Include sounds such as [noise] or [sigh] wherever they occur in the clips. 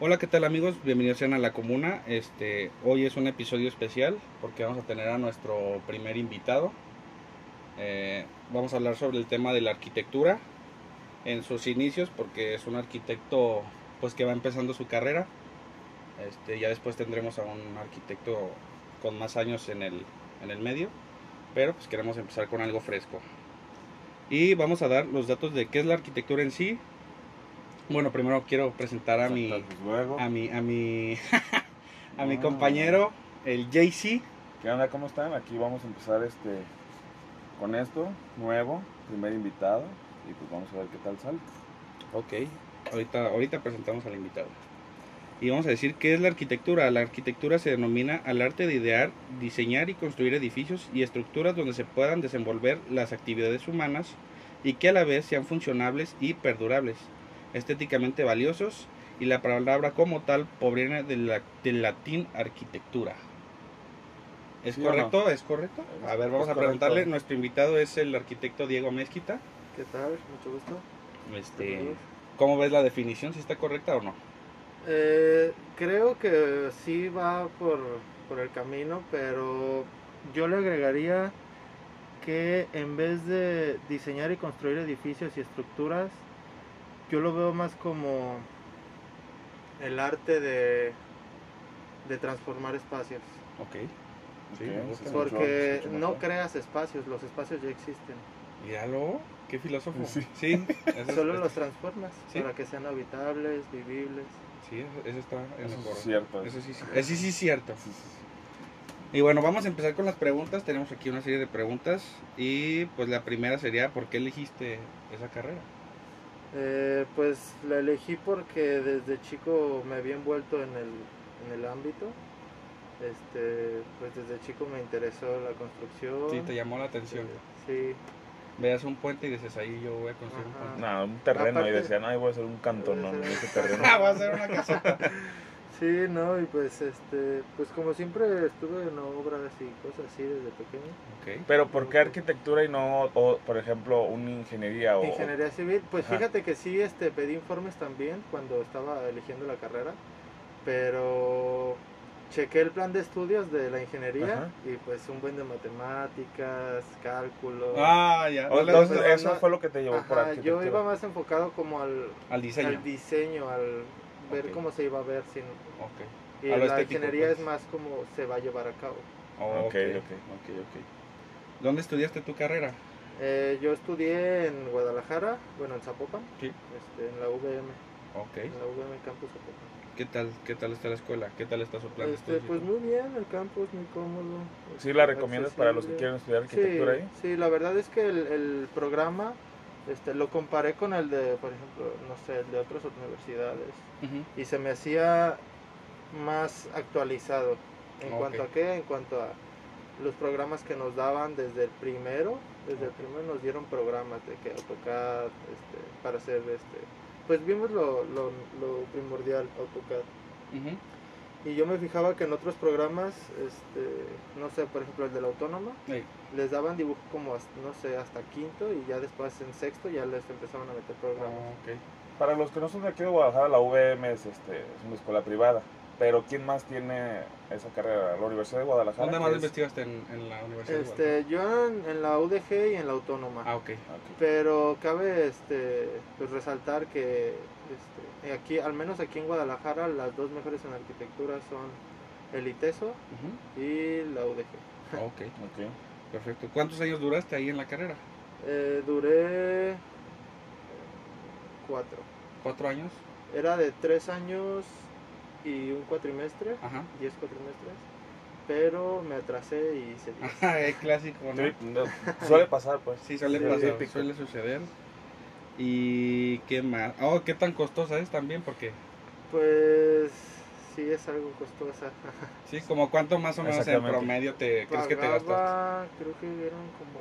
Hola, ¿qué tal amigos? Bienvenidos sean a La Comuna. Este, hoy es un episodio especial porque vamos a tener a nuestro primer invitado. Eh, vamos a hablar sobre el tema de la arquitectura en sus inicios porque es un arquitecto pues que va empezando su carrera. Este, ya después tendremos a un arquitecto con más años en el, en el medio, pero pues queremos empezar con algo fresco. Y vamos a dar los datos de qué es la arquitectura en sí. Bueno, primero quiero presentar a mi, Santos luego. a mi, a mi, a mi Ah. compañero, el JC. ¿Qué onda? ¿Cómo están? Aquí vamos a empezar este con esto, nuevo, primer invitado, y pues vamos a ver qué tal sale. Ok, ahorita, ahorita presentamos al invitado. Y vamos a decir qué es la arquitectura. La arquitectura se denomina al arte de idear, diseñar y construir edificios y estructuras donde se puedan desenvolver las actividades humanas y que a la vez sean funcionables y perdurables, estéticamente valiosos y la palabra como tal proviene del, la- del latín arquitectura. ¿Es ¿Sí o no? correcto? ¿Es correcto? A ver, vamos Es a correcto. preguntarle. Nuestro invitado es el arquitecto Diego Mezquita. ¿Qué tal? Mucho gusto. Este, ¿Cómo ves la definición? ¿Si está correcta o no? Eh, creo que sí va por, por el camino, pero yo le agregaría que en vez de diseñar y construir edificios y estructuras, yo lo veo más como el arte de, de transformar espacios. Ok. Sí, Ok, me gusta. se escuchó- se Porque escuchó no mejor. creas espacios, los espacios ya existen. Míralo, qué filósofo. Sí, Sí. [laughs] eso, Solo es- los transformas ¿Sí? para que sean habitables, vivibles. sí, eso- eso está en el Eso coro. es cierto. Eso sí, sí, eh, sí, sí es cierto. Sí, sí, sí. Y bueno, vamos a empezar con las preguntas. Tenemos aquí una serie de preguntas. Y pues la primera sería, ¿por qué elegiste esa carrera? Eh, pues la elegí porque desde chico me había envuelto en el, en el ámbito. Este, pues desde chico me interesó la construcción. Sí, te llamó la atención. Sí, Veas un puente y dices, ahí yo voy a construir un Ajá. puente. No, un terreno Aparte- y decían, ay, voy a hacer un cantonón en ese terreno. [laughs] Ah, va a ser una casota. sí, no, y pues este, pues como siempre estuve en obras y cosas así desde pequeño. ok. Pero ¿por qué arquitectura y no, o, por ejemplo, una ingeniería Oh. o... Ingeniería civil, pues Ajá. fíjate que sí este, pedí informes también cuando estaba eligiendo la carrera, pero chequé el plan de estudios de la ingeniería Ajá. y pues un buen de matemáticas, cálculo. Ah, ya. o- No le- entonces, no, no, eso no. fue lo que te llevó por Ajá, yo arquitectura. iba más enfocado como al al al diseño, diseño. al, ver Ok. cómo se iba a ver. Sin, Ok. y A la lo estético, ingeniería pues. es más como se va a llevar a cabo. Ok, ok, Ok, ok. ok, ok. ¿Dónde estudiaste tu carrera? Eh, yo estudié en Guadalajara, bueno, en Zapopan, Sí. este, en la UVM, Ok. en la UVM Campus Zapopan. ¿Qué tal, qué tal está la escuela? ¿Qué tal está su plan de Este, estudios y pues todo? muy bien, el campo es muy cómodo. ¿Sí la recomiendas para los que accesible. quieren estudiar arquitectura sí, ahí? Sí, la verdad es que el, el programa este, lo comparé con el de, por ejemplo, no sé, el de otras universidades Ujú. y se me hacía más actualizado. ¿En Ok. cuanto a qué? En cuanto a los programas que nos daban desde el primero, desde el Ok. primero nos dieron programas de que AutoCAD, este, para hacer este, pues vimos lo, lo, lo primordial, AutoCAD. Ujú. Y yo me fijaba que en otros programas, este, no sé, por ejemplo el de la autónoma, Ey, les daban dibujo como, hasta- no sé, hasta quinto y ya después en sexto ya les empezaban a meter programas. ah, ok. Para los que no son de aquí de Guadalajara, la UVM es, este, es una escuela privada. Pero ¿quién más tiene esa carrera? La Universidad de Guadalajara. ¿Dónde que más es- investigaste en, en la universidad? de Este, yo en, en la UDG y en la autónoma. Guadalajara? Ah, ok. Ah, ok. Pero cabe este, pues, resaltar que este, aquí, al menos aquí en Guadalajara, las dos mejores en arquitectura son el ITESO Ujú. y la UDG. Ah, ok, Ok. perfecto. ¿Cuántos años duraste ahí en la carrera? Eh, duré cuatro. ¿Cuatro años? Era de tres años y un cuatrimestre, Ajá. diez cuatrimestres, pero me atrasé y hice [laughs] diez. Ajá, Ah, es clásico, Pues ¿no? Sí, no, [laughs] suele pasar, pues. Sí, suele Sí, pasar, típico. suele suceder. ¿Y qué más? Oh, ¿qué tan costosa es también? Porque, Pues sí, es algo costosa. sí, como cuánto más o menos en Exactamente. promedio te crees que te gastaste. Pagaba, creo que eran como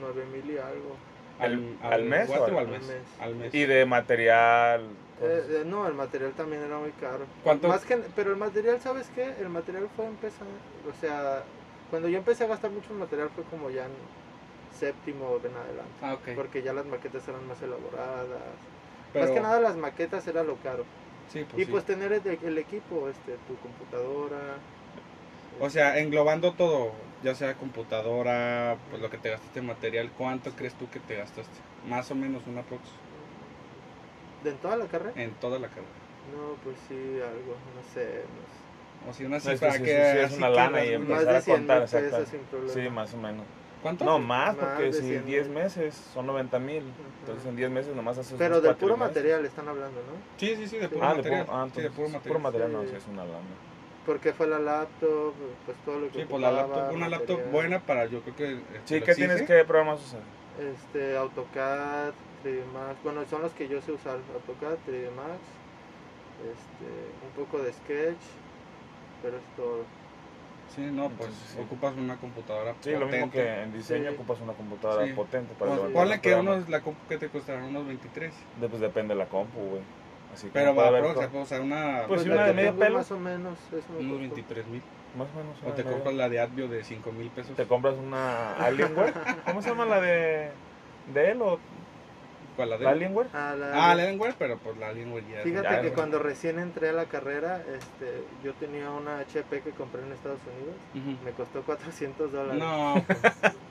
nueve mil y algo. ¿Al- al mes o cuatro al- al mes? Al mes. Y de material. cosas. Eh, eh, no, el material también era muy caro. ¿Cuánto? Más que, pero el material, ¿sabes qué? El material fue empezando, o sea, cuando yo empecé a gastar mucho en material fue como ya en séptimo en adelante. Ah, ok. Porque ya las maquetas eran más elaboradas. Pero, Más que nada las maquetas era lo caro. Sí, y pues, sí. pues tener el, el equipo, este, tu computadora. O sea, englobando todo, ya sea computadora, pues lo que te gastaste en material, ¿cuánto crees tú que te gastaste? Más o menos una prox ¿De en toda la carrera? en toda la carrera. No, pues sí, algo, no sé. unos- O sea, una No, es cifra que sí, que, sí, sí, es así una que lana las- y más- empezar más de a 100 contar, mil pesos exacto. sin problema. Sí, más o menos. ¿Cuánto? No, más, Más porque de si 100 10 mil. meses son 90 mil. Entonces en 10 meses nomás haces. Pero unos de cuatro puro meses. material están hablando, ¿no? Sí, sí, sí, de puro Ah, de material. puro, ah, sí, de entonces, puro material. no, Sí. sí, es una lana. Porque fue la laptop, pues todo lo que Sí, pues la ocupaba, laptop, una laptop material. buena para yo creo que... este, Sí, lo ¿qué exige. tienes? ¿Qué programas usas? Este, AutoCAD, 3D Max, bueno, son los que yo sé usar, AutoCAD, 3D Max, este, un poco de Sketch, pero es todo. Sí, no, pues Entonces, sí. ocupas una computadora Sí, lo mismo potente. que en diseño Sí. ocupas una computadora Sí. potente para Pues, levantar ponle los que programas. unos, la compu que te costarán unos 23. De- Pues depende de la compu, güey. Así que Pero puede va, haber pero, o co- sea, o sea, una... Pues, si la una que de medio tengo pelo. Más o menos, eso me unos costó. 23 mil. más o menos. O una te media. compras la de Advio de 5 mil pesos. Te compras una [laughs] Alienware. ¿Cómo se llama la de, de él o ¿Cuál la de? la Alienware? Ah, la- Ah, la Alienware, pero pues la Alienware ya es- Fíjate Ya, que güey. cuando recién entré a la carrera, este, yo tenía una HP que compré en Estados Unidos. Ujú. Me costó 400 dólares. No,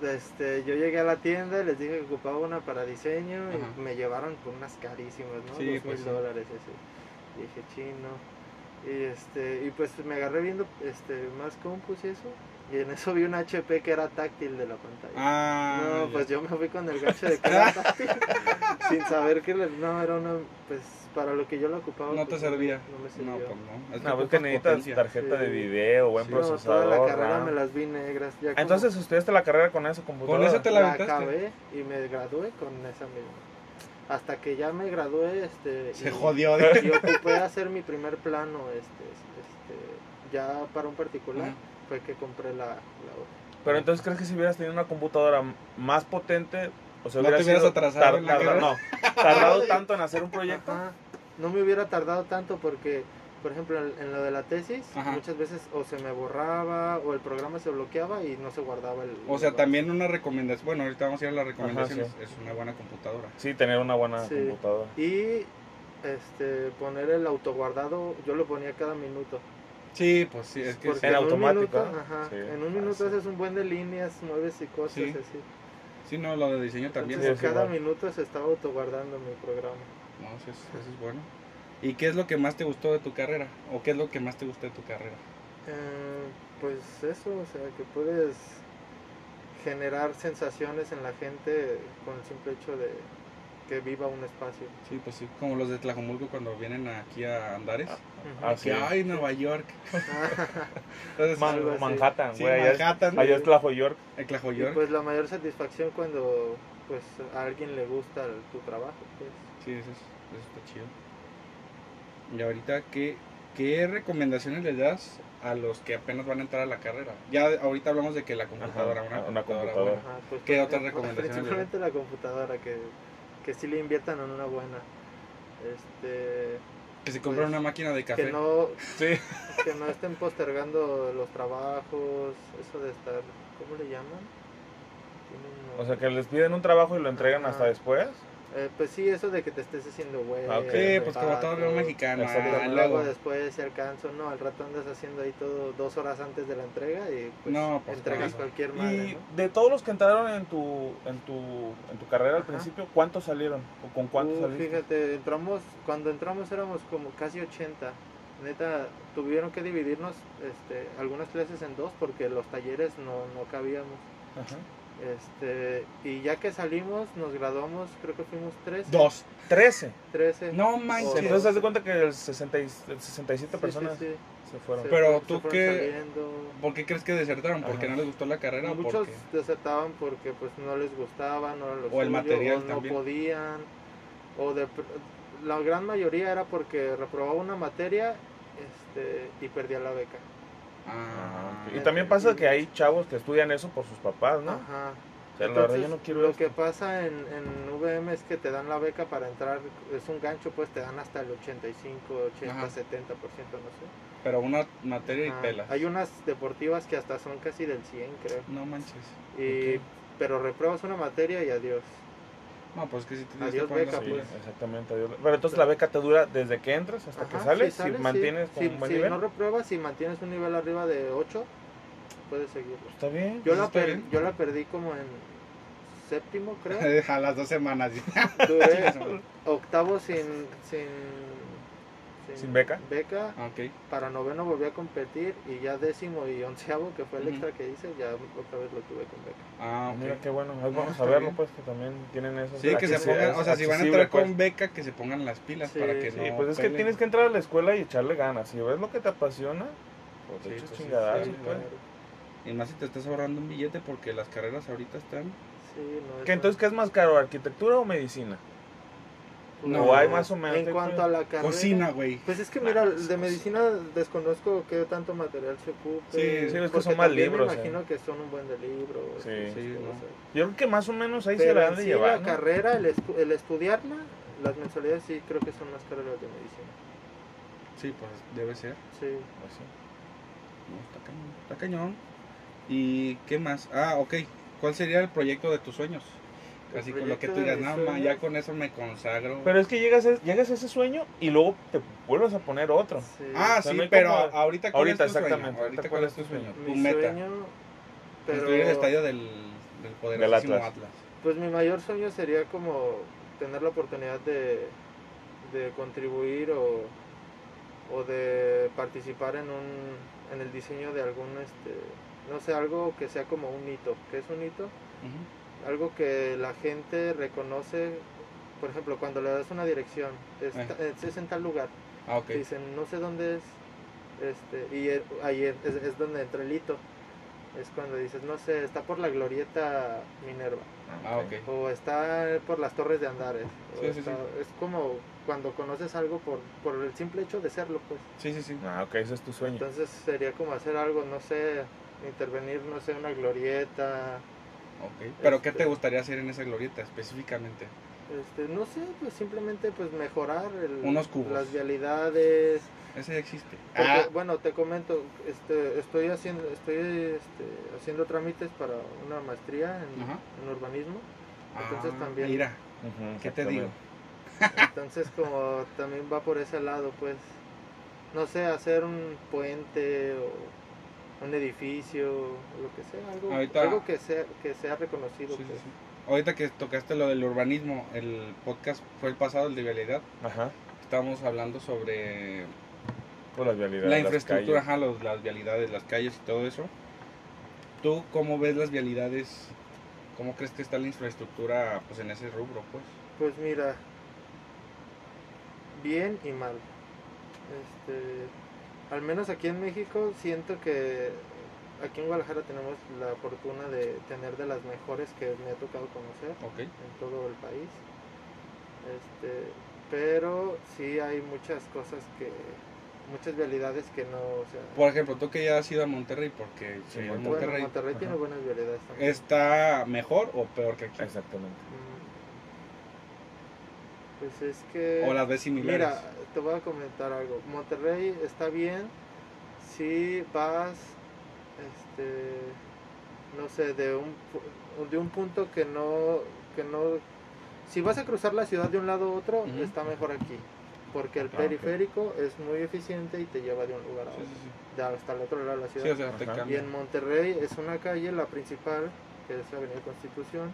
pues, Este, yo llegué a la tienda, les dije que ocupaba una para diseño y Ajá. me llevaron con unas carísimas, ¿no? Sí, Dos pues, sí. mil dólares y así. Y Dije, chino. Y este, y pues me agarré viendo este más compus y eso. Y en eso vi una HP que era táctil de la pantalla. [laughs] ah, no, ya. pues yo me fui con el gancho de que era táctil. [laughs] sin saber que le- no era una pues para lo que yo lo ocupaba. no te pues, servía. No me No, sirvió. pues no. Es No, pues que ocupas necesitas potencia. tarjeta de Sí. video, buen Sí. No, toda procesador. la carrera RAM. me las vi negras. Ya Ah, como Entonces estudiaste la carrera con esa computadora. Con esa te la la aventaste. acabé y me gradué con esa misma. Hasta que ya me gradué, este. Se y- jodió. De... Y ocupé hacer mi primer plano, este, este, ya para un particular, Ajá. fue que compré la, la otra. Pero entonces crees que si hubieras tenido una computadora más potente, o sea, No te hubieras sido atrasado tar- en la tarda- carrera. no, [laughs] tardado tanto en hacer un proyecto. Ajá. No me hubiera tardado tanto porque, por ejemplo, en, en lo de la tesis, Ajá. muchas veces o se me borraba o el programa se bloqueaba y no se guardaba el. O sea, también una recomendación. Bueno, ahorita vamos a ir a las recomendaciones. Ajá, Es una buena computadora. Sí, tener una buena Sí. computadora. Y este, poner el autoguardado, yo lo ponía cada minuto. Sí, pues sí, es que Porque sí, Era- en automático, Un ¿eh? minuto, ajá, Sí, en un minuto fácil. haces un buen de líneas, mueves y cosas Sí, así. sí, no, lo de diseño también. Entonces, Sí, es cada igual. minuto se estaba autoguardando mi programa. No, sí, eso, eso es bueno. ¿Y qué es lo que más te gustó de tu carrera? ¿O qué es lo que más te gustó de tu carrera? Eh, pues eso, o sea, que puedes generar sensaciones en la gente con el simple hecho de que viva un espacio. Sí, pues sí, como los de Tlajomulco cuando vienen aquí a Andares. Ah, Que, sí. ay, Nueva York. Ah. Entonces, Man- algo así. Manhattan, sí, güey. allá es- Manhattan, Allá es Tlajo York. el Tlajoyork. [laughs] y pues la mayor satisfacción cuando pues a alguien le gusta el- tu trabajo. pues. Sí, eso, es, eso está chido. Y ahorita, ¿qué, ¿qué recomendaciones le das a los que apenas van a entrar a la carrera? Ya ahorita hablamos de que la computadora, Ajá, una, una computadora, computadora. buena. Ajá, pues, ¿Qué pues, [laughs] otras eh, recomendaciones le Principalmente la computadora, que, que sí le inviertan en una buena. Este, que se compra Pues, una máquina de café. que no Sí. que no estén postergando los trabajos, eso de estar, ¿cómo le llaman? Tienen un- O sea, que les piden un trabajo y lo entregan Ajá. hasta después. Eh, pues sí, eso de que te estés haciendo güey. Ah, ok. Sí, de pues como todo lo mexicano. Exacto. ah, luego, luego. después se alcanzó, no, al rato andas haciendo ahí todo dos horas antes de la entrega y pues, No, pues, entregas no. cualquier madre, Y ¿no? de todos los que entraron en tu, en tu, en tu carrera al Ajá. principio, ¿cuántos salieron? ¿O con cuántos Uh, salieron? fíjate, entramos, cuando entramos éramos como casi 80. Neta, tuvieron que dividirnos este, algunas clases en dos porque los talleres no, no cabíamos. Este, y ya que salimos, nos graduamos, creo que fuimos 13. Dos. 13. 13. No manches. Sí. Entonces, haz de cuenta que el 60 y- el 67 Sí, personas sí, sí. se fueron. Se Pero fue- tú se fueron qué- saliendo. ¿Por qué crees que desertaron? ¿Porque Ajá. no les gustó la carrera? o Muchos porque- desertaban porque pues no les gustaba, no era lo O el suyo, material o también. no podían. O de pr- la gran mayoría era porque reprobaba una materia este, y perdía la beca. Ah, Y también pasa que hay chavos que estudian eso por sus papás, ¿no? Ajá. O sea, la Entonces, verdad yo no quiero lo esto. que pasa en, en VM es que te dan la beca para entrar, es un gancho, pues te dan hasta el 85, 80, Ajá. 70%, no sé. Pero una materia y Ajá. pelas. Hay unas deportivas que hasta son casi del 100, creo. No manches. Y, Ok. Pero repruebas una materia y adiós. No, pues que si te tienes que Adiós, poner las beca, pilas. pues. exactamente. adiós. Pero entonces la beca te dura desde que entras hasta que Ajá, sales, sales, si sí. mantienes con si, un buen si nivel. no repruebas, si mantienes un nivel arriba de 8, puedes seguir. Está bien. Yo Pues la, está per- bien. yo la perdí como en séptimo, [laughs] creo. [laughs] A las dos semanas. Duré octavo sin, sin, Sin beca. Ah. Beca. ok. Para noveno volví a competir y ya décimo y onceavo, que fue el Ujú. extra que hice, ya otra vez lo tuve con beca. Ah, ok. Mira qué bueno, ahí No, vamos está a verlo bien. pues que también tienen eso. pues. Sí, que se pongan, o sea, si van a entrar con beca, que se pongan las pilas Sí, para que sí, no. Sí, pues es que peleen. tienes que entrar a la escuela y echarle ganas. Si ves lo que te apasiona, pues te Sí, echas pues sí, chingadazos, sí, pues. claro. Y más si te estás ahorrando un billete porque las carreras ahorita están. Sí, no es ¿Qué, entonces, ¿qué es más caro, arquitectura o medicina? No, Pero hay más o menos, En hay cuanto pre- a la carrera. Cocina, güey. Pues es que Nah, mira, pues, de cocina. medicina desconozco qué tanto material se ocupe. Sí, sí, es que porque son más también libros, Me eh. imagino que son un buen de libros. Sí. y esas Sí, ¿no? cosas. Yo creo que más o menos ahí se Pero la en han de sí, llevar. la ¿no? carrera, el, estu- el estudiarla, las mensualidades sí creo que son más caras las de medicina. Sí, pues debe ser. Sí. Pues sí. No, está cañón. Está cañón. ¿Y qué más? Ah, ok. ¿Cuál sería el proyecto de tus sueños? El Así con lo que tú proyecto de digas, mis nada más, sueños". ya con eso me consagro. Pero es que llegas a, llegas a ese sueño y luego te vuelves a poner otro. sí. ah, o sea, sí, no hay pero como- ahorita ¿cuál ahorita, es tu sueño? exactamente, Ahorita cuál es tu sueño, Mi tu meta. sueño, pero Construir el estadio del, del poderosísimo Atlas. Atlas. pues mi mayor sueño sería como tener la oportunidad de, de contribuir o, o de participar en un en el diseño de algún este no sé algo que sea como un hito que es un hito Ujú. algo que la gente reconoce por ejemplo cuando le das una dirección es, Ah. ta- es- es en tal lugar Ah, ok. dicen no sé dónde es este y e- ahí es, es- es donde entra el hito es cuando dices no sé está por la glorieta Minerva Ah, ok. o está por las torres de Andares o Sí, sí, está- es como cuando conoces algo por, por el simple hecho de serlo pues Sí, sí, sí. Ah, ok, ese es tu sueño. entonces sería como hacer algo no sé intervenir no sé una glorieta Ok. Pero ¿qué Este- te gustaría hacer en esa glorieta específicamente? este no sé pues simplemente pues mejorar el- Unos cubos. las vialidades Ese ya existe. Porque, Ah, bueno, te comento, este, estoy haciendo, estoy este, haciendo trámites para una maestría en, Ajá. en urbanismo. entonces ah, también- Mira, Ujú, ¿qué te digo? Entonces, como también va por ese lado, pues, no sé, hacer un puente o un edificio, o lo que sea, algo, Ahorita- algo que sea que sea reconocido. Sí, sí, pues. sí. Ahorita que tocaste lo del urbanismo, el podcast fue el pasado, el de vialidad. Ajá. Estábamos hablando sobre Por las vialidades. la las infraestructura, calles. ajá, los- las vialidades, las calles y todo eso. ¿Tú cómo ves las vialidades? ¿Cómo crees que está la infraestructura pues, en ese rubro? pues? Pues mira, bien y mal. Este, al menos aquí en México siento que aquí en Guadalajara tenemos la fortuna de tener de las mejores que me ha tocado conocer Ok. en todo el país. Este, pero sí hay muchas cosas que, muchas vialidades que no, o sea, Por ejemplo, tú que ya has ido a Monterrey, porque Sí, eh, Monterrey. bueno, Monterrey, Monterrey, tiene ajá. buenas vialidades también. ¿está mejor o peor que aquí? Exactamente. Mm, Pues es que... ¿O las ves similares? Mira, te voy a comentar algo. Monterrey está bien si vas, este, no sé, de un, pu- de un punto que no, que no, si vas a cruzar la ciudad de un lado a otro, Ujú. está mejor aquí, porque el Ah, ok. periférico es muy eficiente y te lleva de un lugar a Sí, otro, sí, sí. de hasta el otro lado de la ciudad. Sí, o sea, te Ajá. cambia. Y en Monterrey es una calle, la principal, que es Avenida Constitución.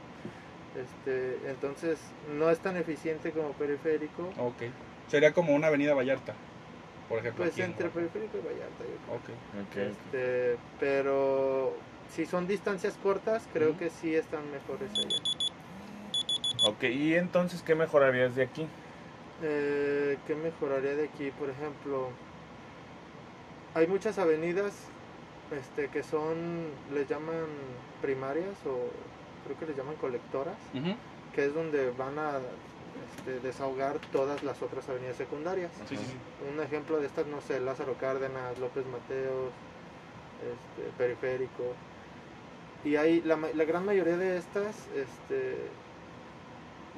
Este, entonces no es tan eficiente como periférico. Ok. Sería como una avenida Vallarta, por ejemplo. Pues aquí en entre Guadalajara. periférico y Vallarta, yo creo. Ok. Ok, ok. Este, pero si son distancias cortas, creo Ujú. que sí están mejores allá. Ok, y entonces, ¿qué mejorarías de aquí? Eh, ¿Qué mejoraría de aquí? Por ejemplo, hay muchas avenidas este, que son, les llaman primarias o creo que les llaman colectoras, Ujú. que es donde van a este, desahogar todas las otras avenidas secundarias. Sí, sí, sí. Un ejemplo de estas, no sé, Lázaro Cárdenas, López Mateos, este, Periférico. Y hay la, ma- la gran mayoría de estas, este,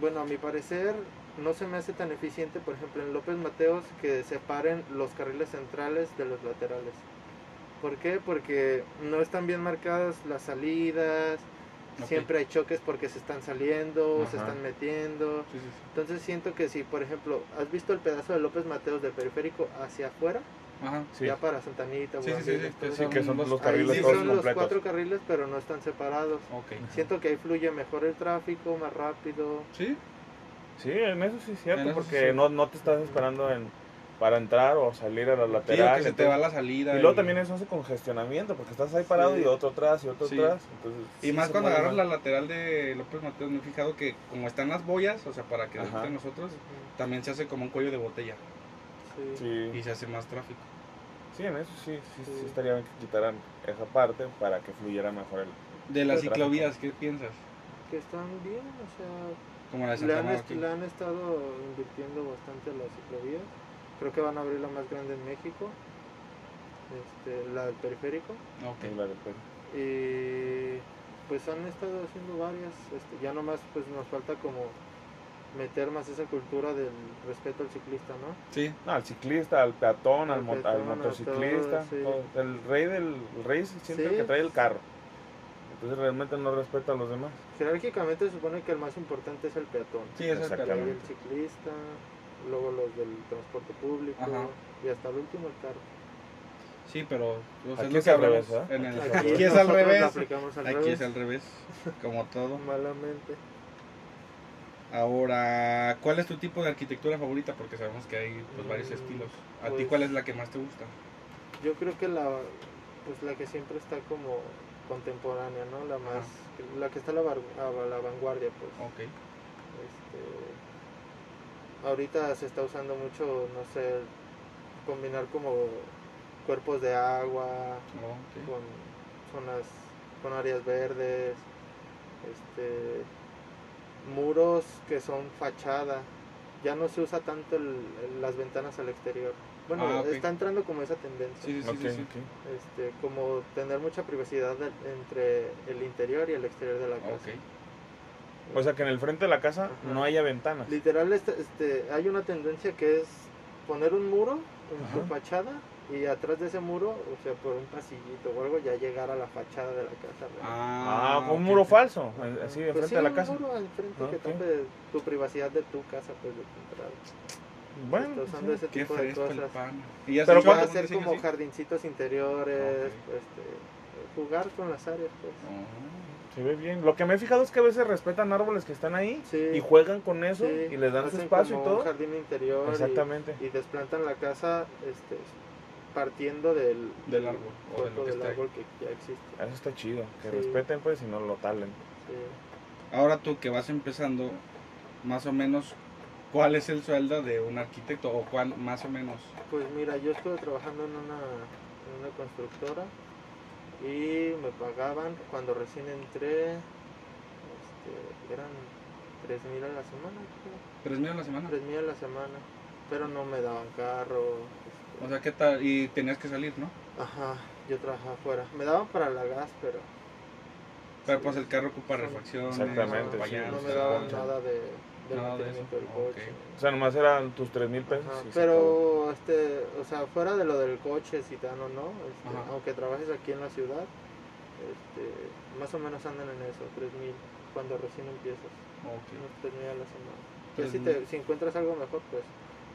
bueno, a mi parecer no se me hace tan eficiente, por ejemplo, en López Mateos que separen los carriles centrales de los laterales. ¿Por qué? Porque no están bien marcadas las salidas, Ok. Siempre hay choques porque se están saliendo, se Ajá. están metiendo. Sí, sí, sí. Entonces siento que si, por ejemplo, has visto el pedazo de López Mateos del periférico hacia afuera, Ajá. Sí. ya para Santanita, Sí, sí, sí, Bugambilias, sí, todo que eso, Sí, que son Los los Ahí carriles sí todos son los completos. cuatro carriles, pero no están separados. Ok. Siento que ahí fluye mejor el tráfico, más rápido. Sí, Sí, en eso sí es En cierto, eso sí es porque cierto. no, no te estás esperando en, para entrar o salir a la Sí, o lateral. que se te entonces- va la salida. y luego también eso hace congestionamiento, porque estás ahí parado Sí. y otro atrás y otro Sí. atrás. Entonces, Y sí más se cuando mueve agarras la mal. lateral de López Mateos, me he fijado que como están las boyas, o sea, para que Ajá. entre nosotros, también se hace como un cuello de botella Sí. y Sí. se hace más tráfico. sí, en eso sí, sí, sí Sí. estaría bien que quitaran esa parte para que fluyera mejor el... De las Tráfico. ciclovías, ¿qué piensas? Que están bien, o sea, Como la de le Santa han, Ana est- aquí. le han estado invirtiendo bastante a las ciclovías. Creo que van a abrir la más grande en México, este, la del periférico. Ok. el- el- el- Y pues han estado haciendo varias. este, ya nomás pues nos falta como meter más esa cultura del respeto al ciclista, ¿no? Sí, No, al ciclista, al peatón, al, Al mo- al peatón, a motociclista. todo, sí. todo. El rey del el rey se siente Sí. que trae el carro. Entonces realmente no respeta a los demás. Jerárquicamente se supone que el más importante es el peatón. sí, es el Luego Exactamente. carril. el ciclista, luego los del transporte público Ajá. y hasta el último el carro. Sí, pero o sea, Aquí lo es que al revés, hablamos ¿eh? en el- Aquí Aquí es al nosotros la revés. aplicamos al Aquí revés, es al revés, como todo. malamente. Ahora, ¿cuál es tu tipo de arquitectura favorita? Porque sabemos que hay pues, varios Mm, estilos. ¿A ti pues- cuál es la que más te gusta? Yo creo que la pues la que siempre está como contemporánea, ¿no? La más la que está a la, var- a la vanguardia, pues. Ok. Este, ahorita se está usando mucho, no sé, combinar como cuerpos de agua, ok. con zonas con áreas verdes este muros que son fachada ya no se usa tanto el- el- las ventanas al exterior bueno Ah, ok. está entrando como esa tendencia Sí, sí, sí, Ok, sí, sí. ok. este como tener mucha privacidad de- entre el interior y el exterior de la casa Ok. O sea que en el frente de la casa Ajá. no haya ventanas. literal este, este, hay una tendencia que es poner un muro en tu Ajá. fachada y atrás de ese muro o sea por un pasillito o algo ya llegar a la fachada de la casa real. Ah, Ah, un ok, muro ok. falso, eh, así de Pues frente sí, a la un casa. muro al frente Ah, que ok. tape tu privacidad de tu casa, pues de tu entrada. Está Bueno, pues usando sí. ese Qué tipo de fresco el cosas. pan. Y ya se hizo Pero Pero a ¿cuánto- algún hacer como diseño así. jardincitos interiores, Ah, este, eh, jugar con las áreas, pues. se ve bien. Lo que me he fijado es que a veces respetan árboles que están ahí Sí. y juegan con eso Sí, y les dan su hacen espacio y como todo. Un jardín interior. y- Exactamente. Y, desplantan la casa, este, partiendo del, Del árbol, o de cuerpo lo que del esté ahí. árbol que ya existe. Eso está chido, que Sí. respeten pues y no lo talen. Sí. Ahora tú que vas empezando, más o menos, ¿cuál es el sueldo de un arquitecto? O cuál, más o menos. Pues mira, yo estuve trabajando en una, en una constructora y me pagaban cuando recién entré, este, eran 3 mil a la semana, ¿Tres mil a la semana? 3 mil a la semana, pero no me daban carro. este, O sea, ¿qué tal? Y tenías que salir, ¿no? Ajá, yo trabajaba afuera. Me daban para la gas, pero Pero Sí. pues el carro ocupa eh, refacciones, Exactamente, no, sí, vallas, no me se daban poncha. concha. nada de, del Nada de eso, mantenimiento del ok. coche. O sea, nomás eran tus tres mil pesos. Ajá, y se acabó. pero este, o sea, fuera de lo del coche, si te dan o no, este, Ajá. aunque trabajes aquí en la ciudad, este, más o menos andan en eso, 3000 cuando recién empiezas, Ok. unos 3000 a la semana. Que Tres si, te, si encuentras algo mejor, pues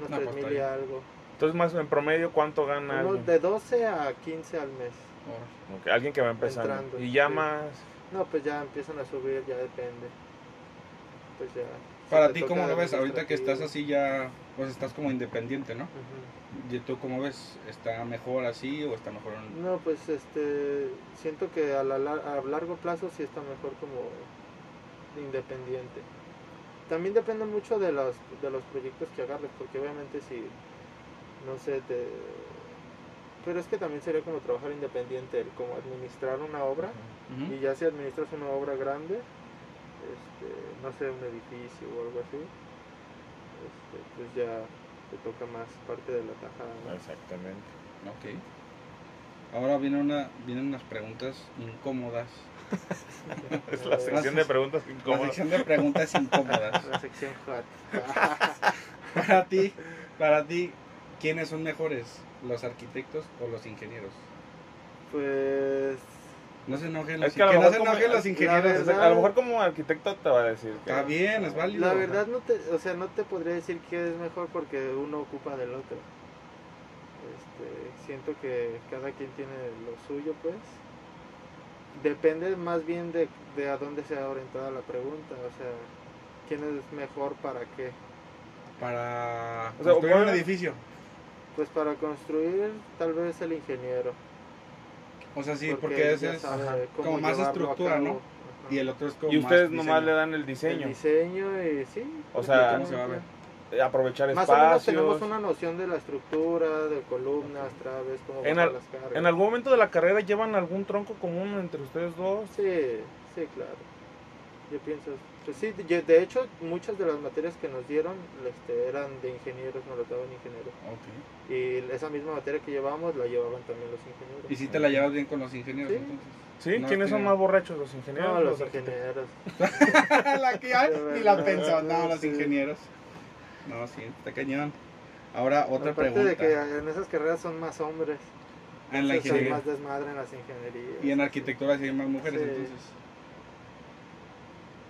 unos No, pues, 3000 está y bien. algo. Entonces, más en promedio, ¿cuánto gana Uno alguien? de 12 a 15 al mes. Ahora. Ok, alguien que va empezando. Entrando, y ya sí. más. No, pues ya empiezan a subir, ya depende. Pues ya. si Para te ti, toca ¿cómo lo ves? Ahorita que estás administrativo. así ya, pues estás como independiente, ¿no? Ujú. ¿Y tú cómo ves? ¿Está mejor así o está mejor en- No, pues este, siento que a, la lar- a largo plazo sí está mejor como independiente. También depende mucho de los, de los proyectos que agarres, porque obviamente si, no sé, te... Pero es que también sería como trabajar independiente, el como administrar una obra, Ujú. y ya si administras una obra grande, este, no sé, un edificio o algo así, este, pues ya te toca más parte de la tajada. ¿no? [laughs] Exactamente. Ok. Ahora viene una, vienen unas preguntas incómodas. [laughs] Es la sección de preguntas La incómodas. sección de preguntas [laughs] incómodas. Eh, La sección hot. para ti, para ti, ¿quiénes son mejores? ¿Los arquitectos o los ingenieros? Pues No se enojen los, Es que a lo que no mejor se como- enojen los la ingenieros. verdad- A lo mejor como arquitecto te va a decir que... Está bien, es válido. La verdad no te, o sea, no te podría decir que es mejor porque uno ocupa del otro. Este, siento que cada quien tiene lo suyo, pues. Depende más bien de, de a dónde sea orientada la pregunta, o sea, quién es mejor para qué. Para O sea, construir un bueno. edificio. Pues para construir tal vez el ingeniero. O sea, sí, porque, él ese ya es sabe ajá, cómo como más llevarlo a estructura, ¿no? cabo. Ajá. y el otro es como Y ustedes más nomás le diseño. dan el El diseño. diseño y sí. O sea, ¿Cómo se va a ver? eh, Aprovechar Más o menos espacios. tenemos una noción de la estructura, de columnas, traves, cómo En bajar al- las cargas. En algún momento de la carrera llevan algún tronco común entre ustedes dos. Sí, sí, claro. Yo pienso, pues sí, de- de hecho muchas de las materias que nos dieron este, eran de ingenieros, nos lo daban ingenieros. Ok. Y esa misma materia que llevábamos la llevaban también los ingenieros. Y si te la llevas bien con los ingenieros, Sí. entonces. [laughs] ¿Sí? No, ¿Quiénes son tiene- más borrachos? ¿Los ingenieros? No, o los arquitectos? ingenieros. la que hay, De ni la verdad, pensó. No, los sí. ingenieros. No, sí, está cañón. Ahora, otra Aparte pregunta. de que en esas carreras son más hombres. en la entonces hay ingeniería. más desmadre en las ingenierías. Y en arquitectura sí hay más mujeres, Sí. entonces.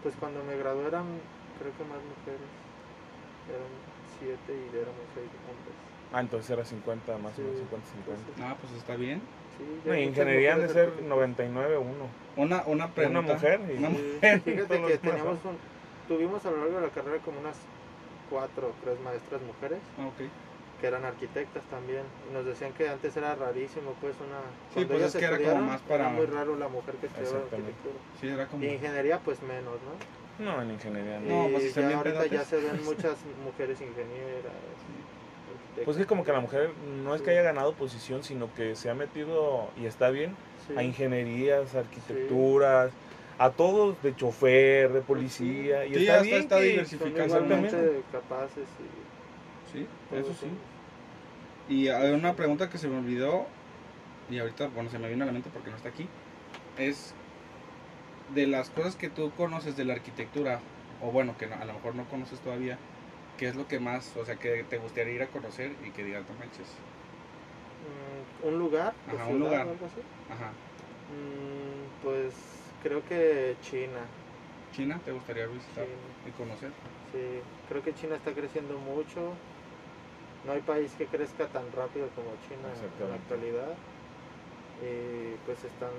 Pues cuando me gradué eran, creo que más mujeres. Eran siete y éramos seis hombres. Ah, entonces era 50, más o menos Sí. 50, 50. Ah, pues está bien. Sí, No, ya hay muchas ingeniería han de mujeres ser arquitectas. 99, 1. Una, una Una pregunta. mujer. y- Una Sí, [laughs] Fíjate que teníamos un- tuvimos a lo largo de la carrera como unas cuatro o tres maestras mujeres Ah, ok. que eran arquitectas también. Y nos decían que antes era rarísimo, pues una. cuando pues, ellas es que era como estudiaron, más para- era muy raro la mujer que estudiaba Exactamente. arquitectura. Sí, era como. Y ingeniería, pues menos, ¿no? No, en ingeniería no. No, y pues, si están ya bien ahorita ya pedotes. se [laughs] ven muchas mujeres ingenieras. arquitectas. Pues es como que la mujer no es que Sí. haya ganado posición, sino que se ha metido, y está bien, Sí. a ingenierías, arquitecturas, a todos, de chofer, de policía. Y Sí, está hasta bien está que- diversificado. Son Fijarse igualmente capaces y Sí, todo eso sí. eso. Y hay una pregunta que se me olvidó, y ahorita, bueno, se me vino a la mente porque no está aquí, es de las cosas que tú conoces de la arquitectura, o bueno, que no- a lo mejor no conoces todavía, ¿qué es lo que más, o sea, que te gustaría ir a conocer y que digas, no manches? Mm, Un lugar, o Ajá, un ciudad o lugar. algo así. Ajá, Mm, Pues creo que China. ¿China te gustaría visitar China, y conocer? sí. Creo que China está creciendo mucho. No hay país que crezca tan rápido como China en la Exactamente. actualidad. Y pues están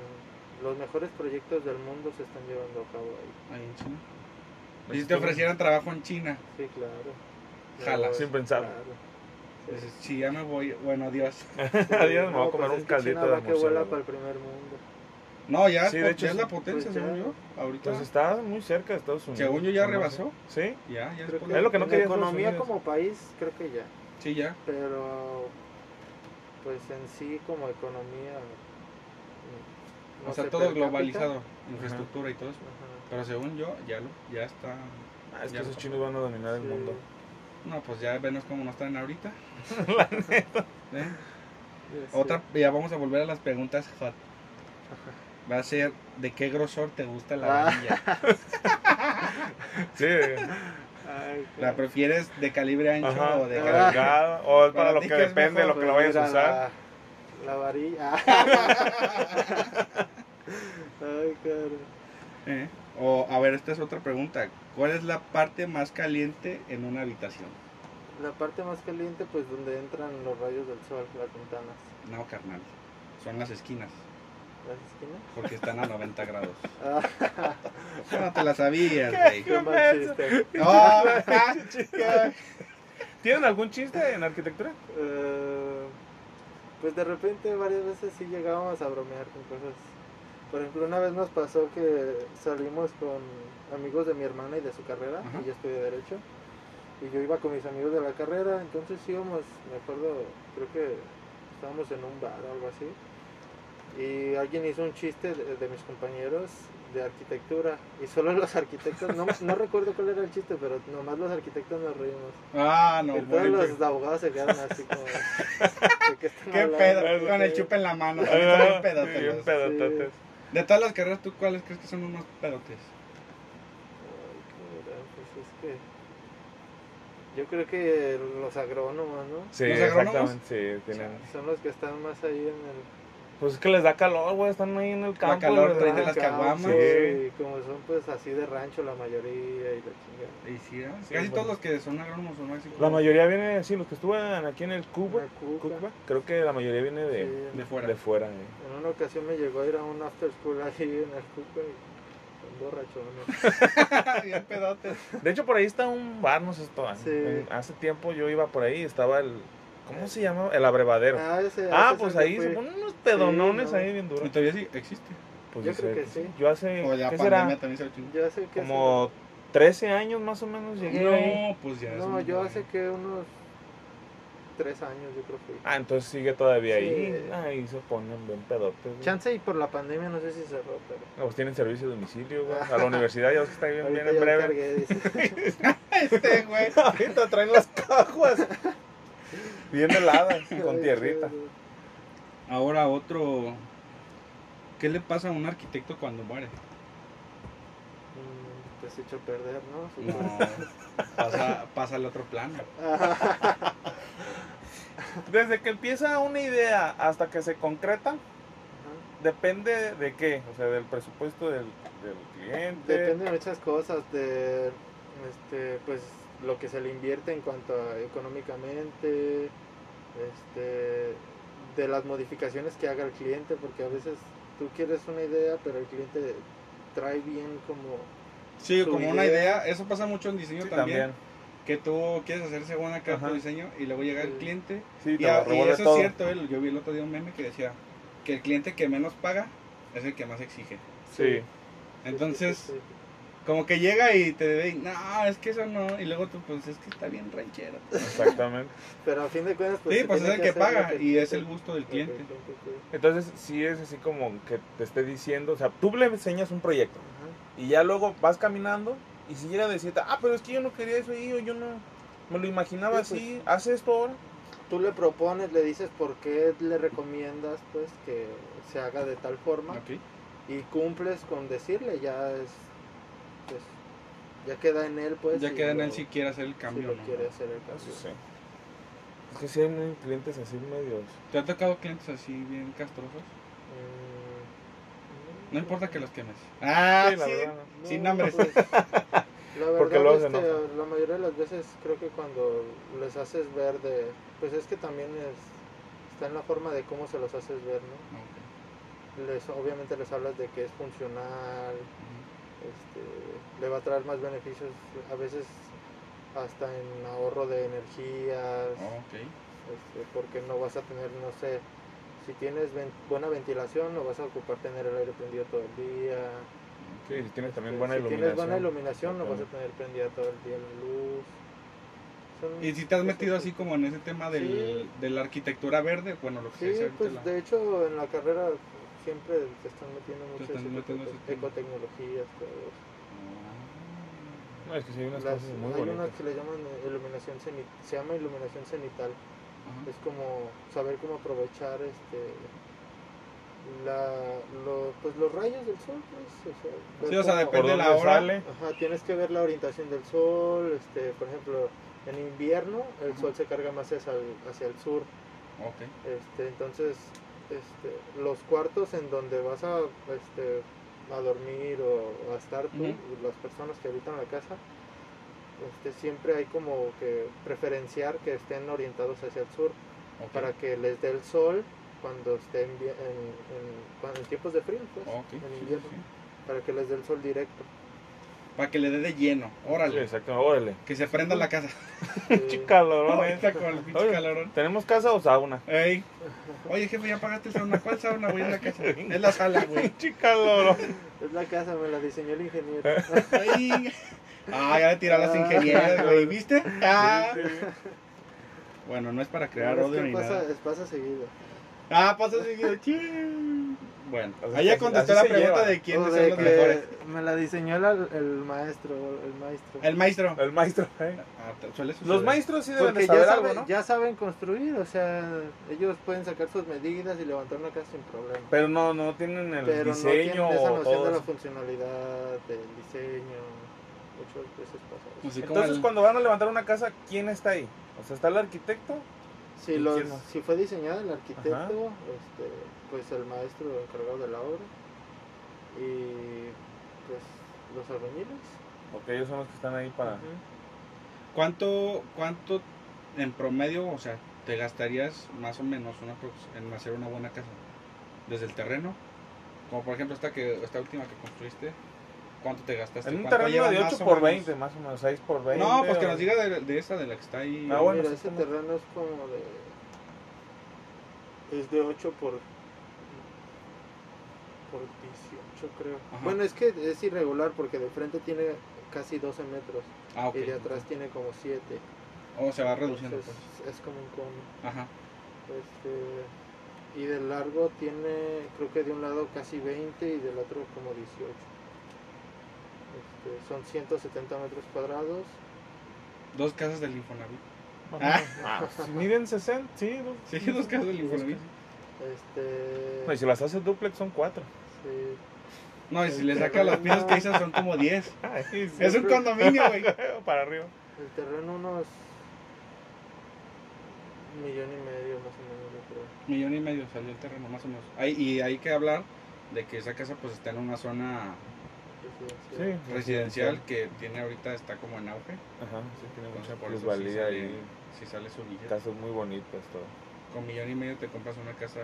los mejores proyectos del mundo se están llevando a cabo ahí. Ahí en China. Pues Y si te ofrecieran trabajo en China, Sí, claro. Jala, Pero, sin pensarlo. claro. Sí. dices, si ya me voy, bueno, [laughs] adiós. Adiós, me No, voy a pues comer es un que China caldito de va que vuela murciélago. para el primer mundo. No, ya, Sí, es de po- hecho, ya es sí. la potencia, Pues según ya. yo. Ahorita, Pues está muy cerca de Estados Unidos. según yo, ya ¿no? rebasó. Sí, Ya, ya es Creo por- Es lo que no en quería Estados economía Unidos. como país, creo que ya. Sí, ya. Pero pues en sí como economía mm, no o sea, sé, todo per cápita. globalizado, infraestructura y todo eso. Ajá. Pero según yo, ya, lo, ya está. Ah, es que Ya esos no. chinos van a dominar el Sí. [laughs] mundo. No, pues ya venos cómo no están ahorita. [laughs] La ¿eh? Sí. Otra, ya vamos a volver a las preguntas hot. Va a ser: ¿de qué grosor te gusta la Ah. varilla? Sí, Ay, [laughs] ¿La claro. prefieres de calibre ancho ajá, o de Ah. calibre? cargada, o Para es para lo ti, que ¿qué es depende, lo mejor? que lo vayas a Pues, usar. La, la varilla. [laughs] Ay, claro. ¿Eh? O, a ver, esta es otra pregunta: ¿cuál es la parte más caliente en una habitación? La parte más caliente pues donde entran los rayos del sol, las ventanas, No, carnal. Son las esquinas, las esquinas. porque están a 90 [laughs] grados. Ah, Eso no te la sabías, güey. qué mal chiste. No, qué- ¿Tienen algún chiste [laughs] en arquitectura? Eh, pues de repente varias veces sí llegábamos a bromear con cosas. Por ejemplo, una vez nos pasó que salimos con amigos de mi hermana y de su carrera, Ajá. y yo estudié Derecho, y yo iba con mis amigos de la carrera, entonces íbamos, me acuerdo, creo que estábamos en un bar o algo así, y alguien hizo un chiste de, de mis compañeros de arquitectura, y solo [laughs] los arquitectos, no, no recuerdo cuál era el chiste, pero nomás los arquitectos nos reímos. Ah, no, Y bueno. todos los abogados se quedaron así como. ¿de qué [laughs] están Qué hablando? pedo, Sí. con el chupa en la mano. Ah, Están bien sí, pedotes bien los- pedototes. De todas las carreras, ¿tú cuáles crees que son los más pedotes? Ay, cabrón, pues es que. Yo creo que los agrónomos, ¿no? Sí, ¿Los agrónomos? exactamente, sí, tienen. Son los que están más ahí en el. Pues es que les da calor, güey, están ahí en el campo. calor, les da- traen de las Ah, caguamas. sí, como son pues así de rancho la mayoría y la chingada. Y sí, ¿eh? Sí, Casi bueno. todos los que son agrónomos son así. La mayoría viene, sí, los que estuvieron aquí en el Cuba, Una cuca. Cuba, creo que la mayoría viene de, Sí. De fuera. de fuera. eh. En una ocasión me llegó a ir a un after school ahí en el Cuca y un borrachón. [laughs] Bien pedotes. De hecho, por ahí está un bar, no sé, esto, Sí. en- hace tiempo yo iba por ahí y estaba el, ¿cómo se llama? El abrevadero. Ah, Ah, ese- ese pues es el ahí que se fui. ponen unos pedonones Sí, no. ahí bien Y duros. todavía sí existe. Pues Yo dice, creo que sí. Yo hace, O la ¿qué pandemia será? también se lo chingó. Yo hace que Como 13 años más o menos llegué ahí. No, pues ya. hace- es No, un- yo hace que unos tres años yo creo que. Ah, entonces sigue todavía ahí. Sí. Ahí se ponen bien pedotes. güey. Chance y por la pandemia no sé si cerró, pero No, pues tienen servicio a domicilio, güey. A la universidad ya ves que está bien, ahorita bien ya en lo breve. cargué, dice. [laughs] Este, güey. [laughs] Ahorita traen las caguas. Bien [laughs] heladas, Ay, con tierrita. chido. Ahora otro. ¿Qué le pasa a un arquitecto cuando muere? Mm, Pues hecho perder, ¿no? [laughs] No, Supongo. pasa, pasa al otro plano. Desde que empieza una idea hasta que se concreta, Ajá. depende de qué. O sea, del presupuesto del, del cliente. Depende de muchas cosas, de este, pues lo que se le invierte en cuanto a económicamente, este, de las modificaciones que haga el cliente, porque a veces tú quieres una idea, pero el cliente trae bien como pues, Sí, Su como una idea. idea. Eso pasa mucho en diseño Sí, también, también. Que tú quieres hacer según acá Ajá. tu diseño y luego llega el Sí. cliente. Sí, Y, te a- lo y revuelve eso todo. es cierto. eh, Yo vi el otro día un meme que decía que el cliente que menos paga es el que más exige. Sí. Entonces, como que llega y te ve, no, es que eso no. Y luego tú, pues es que está bien ranchero. Exactamente. Pero a fin de cuentas, Sí, se pues es tiene el que hacer lo paga y es el lo gusto que del cliente. quiere. Entonces, sí es así como que te esté diciendo, o sea, tú le enseñas un proyecto Ajá. y ya luego vas caminando y si llega a decirte, ah, pero es que yo no quería eso ahí, o yo no me lo imaginaba Sí, así, haz esto ahora. Tú le propones, le dices por qué le recomiendas pues que se haga de tal forma Ok. y cumples con decirle, ya es pues, ya queda en él pues. Ya si queda en lo- él si quiere hacer el si cambio lo o no. quiere hacer el cambio. Eso sí. Es que sí hay muy- clientes así medios. ¿Te ha tocado clientes así bien castrosos? Mm, No importa que los quemes. Ah, Sí, la verdad, ¿no? sin nombres. pues, la verdad, [laughs] Porque luego se este, enoja. la mayoría de las veces creo que cuando les haces ver de, pues es que también es- está en la forma de cómo se los haces ver, ¿no? les obviamente les hablas de que es funcional, este, le va a traer más beneficios, a veces hasta en ahorro de energías, Oh. Ok. este, porque no vas a tener, no sé, si tienes ven- buena ventilación, no vas a ocupar tener el aire prendido todo el día. Sí, si tienes también Este, buena si iluminación. tienes buena iluminación, no vas a Exactamente. tener prendida todo el día la luz. Son- ¿Y si te has cosas metido que- así como en ese tema del, de la arquitectura verde? Bueno, lo que se Sí, dice ahorita pues la- de hecho en la carrera siempre te están metiendo Te mucho están ese tipo de metiendo cosas, ese tema. ecotecnologías, todo eso. No, es que sí hay unas Las- cosas muy hay bonitas. unas que le llaman eh, iluminación ceni- se llama iluminación cenital. Ajá. Es como saber cómo aprovechar este la, lo- pues los rayos del sol, pues, o sea, ver Sí, o sea, cómo- depende de ¿Por la dónde hora. sale? Ajá, tienes que ver la orientación del sol, este, por ejemplo, en invierno el Ajá. sol se carga más hacia el, hacia el sur, Ok. este, entonces este, los cuartos en donde vas a, este, a dormir o a estar tú, Ujú. las personas que habitan la casa, este, siempre hay como que preferenciar que estén orientados hacia el sur ok. para que les dé el sol cuando estén bien- en, en- cuando- en tiempos de frío, pues, Ok, sí, en sí, invierno, sí. para que les dé el sol [laughs] directo. Para que le dé de lleno. Sí, Órale. exactamente, órale. que se prenda la casa. Eh, Chicalorones. Ahorita con el pinche Oye. calorón. ¿Tenemos casa o sauna? [laughs] Ey. Oye, jefe, ya pagaste el sauna. ¿Cuál sauna, güey? Es la casa. Es la sala, güey. Chicalorón. es la casa, me la diseñó el [laughs] ingeniero. Ay. Ah, ya le tiró a las ingenieras, güey. ¿Viste? Ah. Bueno, no es para crear Es que odio ni pasa, nada. es- pasa seguido. Ah, pasa seguido. Chiu. Bueno, Así- ahí ya así- contestó la así se pregunta lleva. de O quiénes de son los que mejores. Me la diseñó la- el maestro, el maestro. El maestro. El maestro. ¿eh? Ah, te- suele suceder. Los maestros sí deben Porque de ya saber saben, algo, ¿no? ya saben construir, o sea, ellos pueden sacar sus medidas y levantar una casa sin problema. Pero no, no tienen el diseño Pero no tienen esa o noción todo. de la eso. funcionalidad, del diseño, muchas veces pasa eso. Así como Entonces, el- cuando van a levantar una casa, ¿quién está ahí? O sea, está el arquitecto Si, ¿Quién los- quién no? si fue diseñada el arquitecto, Ajá. este, pues el maestro encargado de la obra y pues los albañiles. Ok, ellos son los que están ahí para... Ujú. ¿Cuánto, cuánto en promedio, o sea, te gastarías más o menos una aprox- en hacer una buena casa? Desde el terreno, como por ejemplo esta que esta última que construiste, ¿cuánto te gastaste? En un Este, ¿Cuánto terreno llevas de más 8 o por menos? 20, más o menos, 6 por 20. No, pues que o- nos diga de, de esa, de la que está ahí. Ah, bueno, Mira, sí ese está- terreno es como de. Es de 8 por. por 18, creo. Ajá. Bueno, es que es irregular porque de frente tiene casi 12 metros Ah, ok. y de atrás tiene como 7. O se va reduciendo, Entonces, es como un cono. pues. Ajá. Este, y de largo tiene, creo que de un lado casi 20 y del otro como 18. Este, son 170 metros cuadrados. Dos casas del Infonavit. Ajá. Ah, pues, miden 60, sí. dos- Sí, dos casas del Infonavit. Este, No, y si las haces duplex son 4. sí. No, y si le sacas las piezas que dicen son como 10. [laughs] [laughs] Es un pero- condominio, güey. para arriba. El terreno unos millón y medio más o menos, yo creo. Millón y medio salió el terreno, más o menos. Ahí- y hay que hablar de que esa casa pues está en una zona residencial. Sí. residencial que tiene ahorita, está como en auge. Ajá, sí, tiene mucha Entonces, por eso sí plusvalía sale- y Si sale su billete. casas muy bonitas, todo. Con millón y medio te compras una casa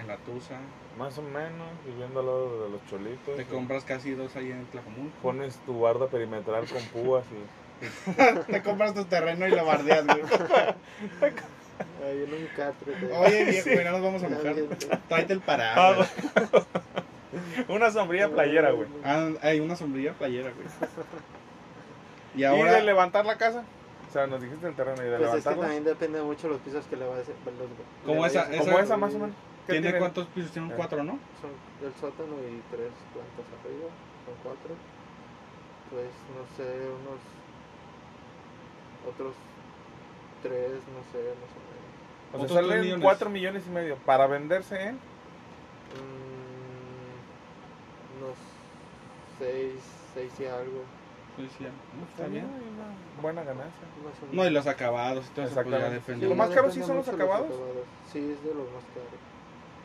en la Tusa. Más o menos, viviendo al lado de los cholitos. Te compras casi dos ahí en Tlajomulco. Pones tu barda perimetral con púas y... [laughs] Te compras tu terreno y lo bardeas, güey. [laughs] Ahí en un catre. de- Oye, viejo, güey, no nos vamos a [laughs] mojar. Alguien- Tráete el Ah, paraguas. [laughs] Una sombrilla playera, güey. Pues Ah, hay una sombrilla playera, [laughs] güey. Y ¿Y, ahora. de levantar la casa? O sea, nos dijiste el terreno y de Pues es que levantarla. también depende mucho de los pisos que le vas a los, Como le esa- vayas a- Como esa, más o menos. ¿Qué ¿Tiene, cuántos pisos? Tiene un Ah. cuatro, ¿no? Son el sótano y tres plantas arriba, son cuatro. Pues no sé, unos otros tres, no sé, más o menos. O sea, Otros tres salen millones. 4 millones y medio para venderse en... Mm, unos seis, seis y algo. Sí, sí, ya. No, Está bien, hay una buena ganancia. más o No, y menos. los acabados y todo eso, pues ya Exactamente. depende. Lo uno. más caro sí depende son los mucho de acabados. Sí, es de los más caros.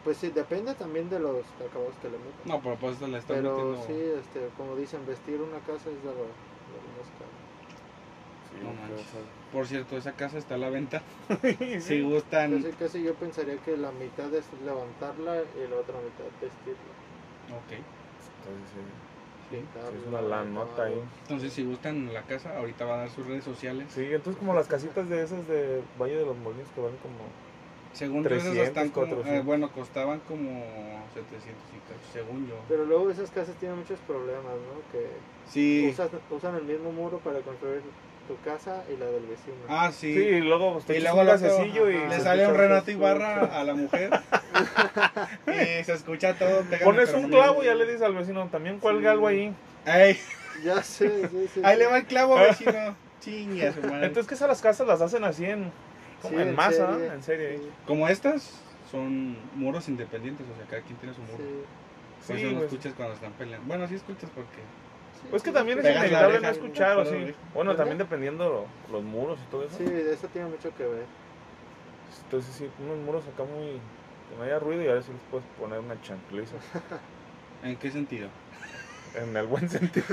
Pues sí, depende también de los acabados que le metan. No, pero pues esto le están Pero metiendo. sí, este, como dicen, vestir una casa es de lo, de lo más caro. Sí, No qué manches. cosa. Por cierto, esa casa está a la venta. Sí, Si gustan. Casi, casi yo pensaría que la mitad es levantarla y la otra mitad vestirla. Ok. Entonces, sí, sí, pintarla, es una lanota ahí. acabados. Entonces, si gustan la casa, ahorita va a dar sus redes sociales. Sí, entonces como las casitas de esas de Valle de los Molinos que valen como... Según yo, esas 300, están como. 400. eh, bueno, costaban como 700 y cacho, según yo. Pero luego esas casas tienen muchos problemas, ¿no? Que Sí. usas- usan el mismo muro para construir tu casa y la del vecino. Ah, Sí, sí. y luego pues, te Y echas luego un luego gasecillo y... ajá, Le se sale un escucha Renato esto. Ibarra a la mujer. [laughs] y se escucha todo. pegando, Pones pero un no le- clavo y ya le dices al vecino, también cuelga Sí. algo ahí. Ey, Ya sé, sí, sí, ahí sí. le va el clavo, vecino. Chingue a su madre. Entonces, que esas las casas las hacen así en, como Sí, en, en masa, serie. en serie. Sí, Como estas son muros independientes, o sea, cada quien tiene su muro. sí. Por Sí, eso no güey. escuchas cuando están peleando. Bueno, sí escuchas porque. Pues que también es Pegas la inevitable oreja, no escuchar, o pegas la sí. oreja. Bueno, ¿Verdad? también dependiendo lo- los muros y todo eso. Sí, de eso tiene mucho que ver. Entonces, sí, unos muros acá muy. que no haya ruido y ahora sí les puedes poner una chancliza. [laughs] ¿En qué sentido? en el buen sentido.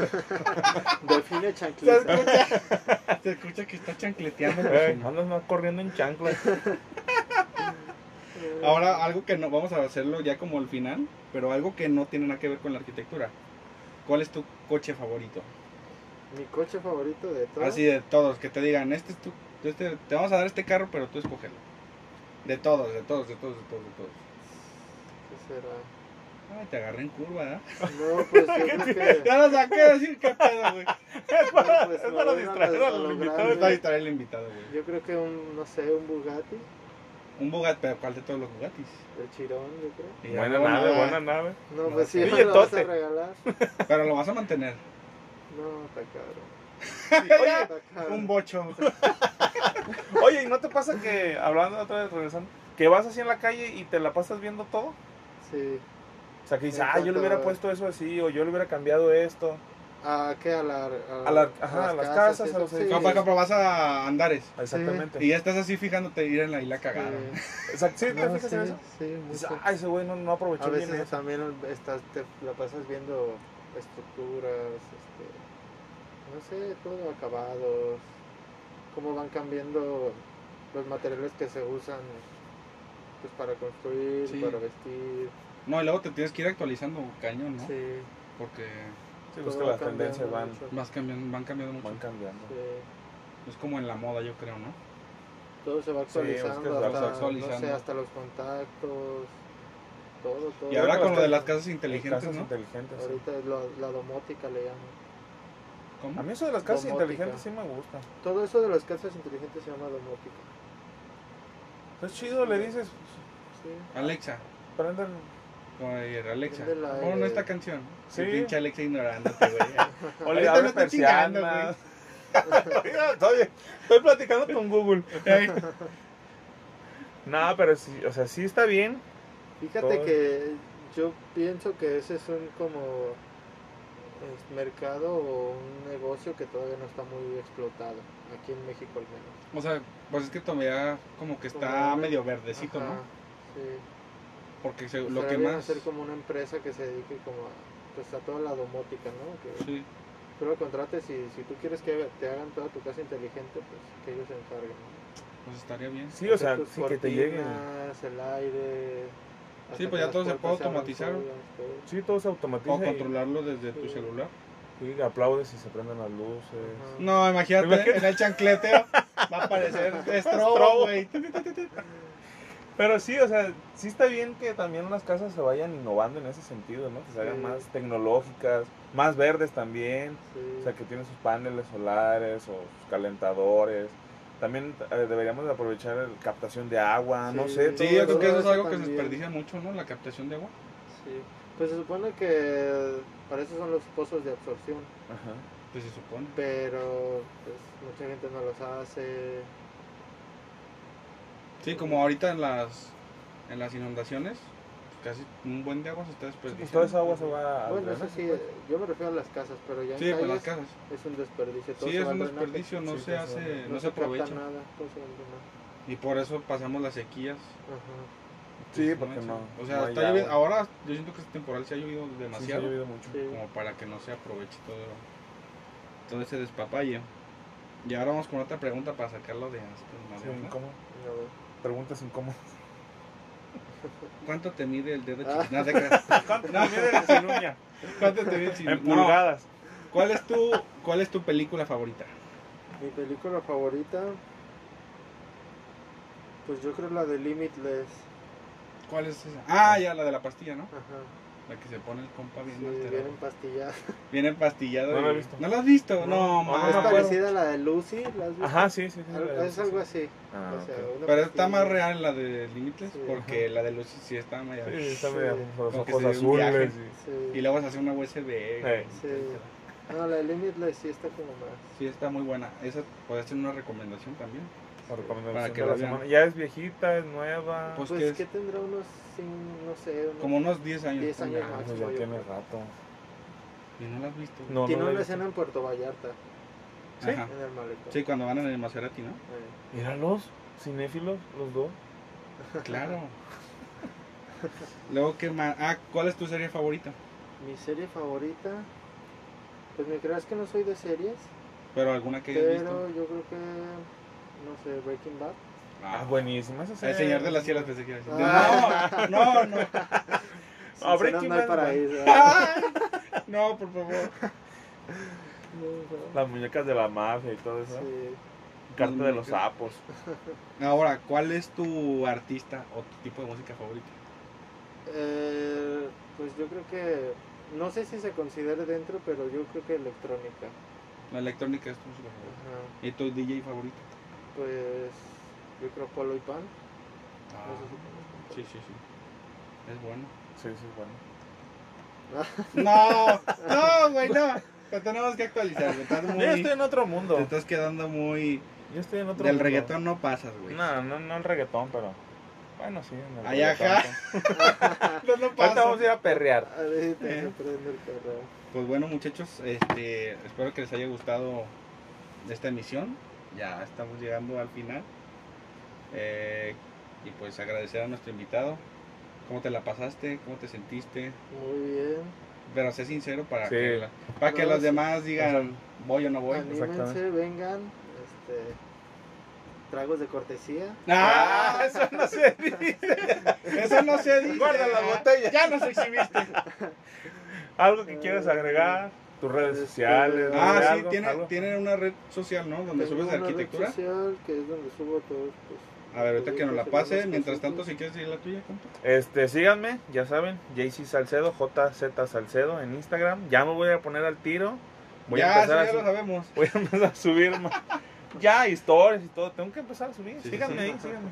Define chancleta. [laughs] Se escucha que está chancleteando. el Eh, vecino. andas más corriendo en chanclas. [laughs] Eh, Ahora, algo que no. Vamos a hacerlo ya como al final, pero algo que no tiene nada que ver con la arquitectura. ¿Cuál es tu coche favorito? Mi coche favorito de todos. Así de todos, que te digan, este es tu. este- te vamos a dar este carro, pero tú escógelo. De todos, de todos, de todos, de todos, de todos. ¿Qué será? Ay, te agarré en curva, ¿eh? ¿verdad? No, [laughs] pues yo creo que. Ya lo saqué a decir qué pedo, güey. es para, pues, es no, para no, distraer no, al no, invitado. Ahorita grande. voy a estar el invitado, güey. Yo creo que un, no sé, un Bugatti. Un Bugatti, pero ¿cuál de todos los Bugattis? El Chirón, yo creo. Y ya Buena no, nave, nada. buena nave. No, No, pues sí, sí. me lo vas a Billetote. regalar. Pero lo vas a mantener. No, está cabrón. [laughs] Oye, Está cabrón. Un bocho. oye, ¿y no te pasa que, hablando otra vez, regresando, que vas así en la calle y te la pasas viendo todo? Sí. O sea, que dices, Me ah, yo le encanta, hubiera güey. puesto eso así, o yo le hubiera cambiado esto. ¿A qué? A, la, a, A la- ajá, a las casas, y a los eso. edificios. Capaz, capaz vas a Andares. Exactamente. Y ya estás así fijándote y en la isla cagaron. sí. Exacto. Sí, te No, fijas sí, en eso. sí, Dices, mucho. ah, ese güey no, no aprovechó A bien. veces esto". también estás, te la pasas viendo estructuras, este, no sé, todo acabados, cómo van cambiando los materiales que se usan pues, para construir, Sí. para vestir. No, y luego te tienes que ir actualizando cañón, ¿no? Sí, Porque Sí, todo pues que va las cambiando tendencias van, mucho. vas cambiando, van cambiando mucho. van cambiando. Sí, Es como en la moda, yo creo, ¿no? Todo se va Sí, es que actualizando, se va hasta, no actualizando. sé, hasta los contactos, todo, todo. Y ahora que con las lo de casas- las casas inteligentes, Inteligentes, casas ¿no? inteligentes. sí. Ahorita es lo- la domótica le llaman. ¿Cómo? A mí eso de las casas Domótica. inteligentes sí me gusta. Todo eso de las casas inteligentes se llama domótica. Es chido, le dices, Sí. Alexa. prendan. Como ayer, Alexa. Prende la- Pon esta canción. Sí. Sí. Pinche Alexa ignorándote, güey. [laughs] Oye, Ahorita abre no estoy chingando, persianas. [laughs] Oiga, oye, estoy platicando con Google. No, pero sí, o sea, sí está bien. Fíjate Todo. que yo pienso que ese es un como es mercado o un negocio que todavía no está muy explotado, aquí en México al menos. O sea, pues es que todavía como que está Como- medio verdecito, Ajá, ¿no? Sí. Porque se- Lo lo que más... hacer como una empresa que se dedique como a, pues a toda la domótica, ¿no? Que Sí. tú lo contrates y si tú quieres que te hagan toda tu casa inteligente, pues que ellos se encarguen. ¿no? Pues estaría bien. Sí, o sea, Hacer tus sí que te lleguen. cortinas, el aire. Sí, pues hasta que ya las todo se puertas puede abran automatizar. solas, todo. Sí, todo se O automatiza. Y, controlarlo desde tu Sí. celular. y aplaudes y se prenden las luces. Ajá. No, imagínate, Imagínate. en el chancleteo va a [laughs] aparecer estrobo, Estrobo. güey. Pero sí, o sea, sí está bien que también las casas se vayan innovando en ese sentido, ¿no? Que se hagan Sí. más tecnológicas, más verdes también. Sí. O sea, que tienen sus paneles solares o sus calentadores. También eh, deberíamos de aprovechar la captación de agua, no Sí. sé. Sí, todo yo eso. creo que eso es eso algo que se también. desperdicia mucho, ¿no? La captación de agua. Sí, pues se supone que para eso son los pozos de absorción, Ajá. Pues se supone. pero pues, mucha gente no los hace. Sí, como ahorita en las, en las inundaciones, casi un buen de agua se está Pues, desperdiciando. toda esa agua se va a bueno, drenar, eso sí, pues. yo me refiero a las casas, pero ya en Ah, Sí, pues calles las casas. es un desperdicio. todo Sí, se es va al un drenaje, desperdicio, no Sí, se todo se va al hace, drenaje. no se capta aprovecha. nada, todo se va al drenaje. Y por eso pasamos las sequías. Ajá, Sí, Pues, porque no. O sea, no hay está lloviendo- agua. ahora yo siento que este temporal se ha llovido Sí, se ha demasiado, llovido mucho. sí. como para que no se aproveche todo, todo ese despapalle. Y ahora vamos con otra pregunta para sacarlo de asco. Sí, madre, ¿no? incómodo. no, Preguntas incómodas. ¿Cuánto te mide el dedo Ah. chiquito? No, te creas. [laughs] ¿Cuánto te mide la chinuña? ¿Cuánto te mide el chiquito? En No. pulgadas. ¿Cuál es tu, cuál es tu película favorita? Mi película favorita, pues yo creo la de Limitless. ¿Cuál es esa? Ah, ya la de la pastilla, ¿no? Ajá, La que se pone el compa bien sí, alterado. bien empastillada. Viene pastillado. No la he y- visto. ¿No la has visto? No, No, no, más. es no puedo. parecida a la de Lucy, ¿la has visto? Ajá, sí, sí. sí, Al- la- es algo así. Ah, o sea, ok. una Pero está pastilla. más real la de Límites Sí, porque la de Lucy sí está medio... Sí, está medio Sí. con los Como que ojos se dio un viaje. azules. y- Sí. Y luego vas a hacer una USB. güey. Sí. No, la de Limitless sí está como más. Sí, está muy buena. Esa puede ser una recomendación también. La recomendación Para que de la la vean. semana. Ya es viejita, es nueva. Pues, Pues, ¿qué es? que tendrá unos, cin- no sé, unos- Como unos 10 años. 10 años ponga. Ah, más. pues ya tiene rato. Y no la has visto. No, tiene no la he una visto. escena en Puerto Vallarta, ¿Sí? Ajá. en el malecón. Sí, cuando van en el Maserati, [laughs] ¿no? Eh, Míralos, cinéfilos, los dos. Claro. luego, ¿qué más? Ah, ¿cuál es tu serie favorita? Mi serie favorita, pues me creas que no soy de series, Pero alguna que hayas visto. pero yo creo que, no sé, Breaking Bad. Ah, buenísima esa El serie. señor de las sierras pensé que iba a decir. Ah. No, no, no. [laughs] Sin Ah, cenas Breaking no hay Bad, paraíso. No, por favor. Las muñecas de la mafia y todo eso. Sí. Carta de muñecas. los sapos. Ahora, ¿cuál es tu artista o tu tipo de música favorita? Eh, pues yo creo que, no sé si se considere dentro, pero yo creo que electrónica. La electrónica es tu música favorita. Ajá. ¿Y tu DJ favorito? Pues yo creo Polo y Pan. Ah, sí, sí, sí. Es bueno. Sí, sí, bueno. No, no, güey, no. Pero tenemos que actualizar. güey. Estás Yo estoy muy, en otro mundo. te estás quedando muy... Yo estoy en Este otro Del mundo. reggaetón no pasas, güey. No, no, no el reggaetón, pero. Bueno, sí. En el Ay, ajá. reggaetón. No, no Ahorita pasa. vamos a ir a perrear. A ver si te sorprende el perro. Pues bueno, muchachos, este, espero que les haya gustado esta emisión. Ya estamos llegando al final. Eh, y pues agradecer a nuestro invitado. ¿Cómo te la pasaste? ¿Cómo te sentiste? Muy bien. Pero sé sincero para Sí. que, la- para que No, los sí. demás digan voy o no voy. Anímense, vengan. Este, tragos de cortesía. ¡Ah! [laughs] eso no se dice. Eso no se dice. Guarda la botella. Ya nos exhibiste. Algo que quieras agregar. Tus redes Este, sociales. Ah, no sé, sí, algo, tiene- algo. tienen una red social, ¿no? Donde Tengo subes de una red arquitectura. social, que es donde subo todo. Pues, A ver, ahorita que nos la pase. Tenemos Mientras cositas. tanto, si quieres decir la tuya, compa. Este, síganme, ya saben, JC Salcedo, JZ Salcedo en Instagram. Ya me voy a poner al tiro. Voy ya, a empezar sí, a ya su- lo sabemos. [laughs] voy a empezar a subir más. Ya, historias y todo. Tengo que empezar a subir. Sí, sí, síganme sí. ahí, síganme.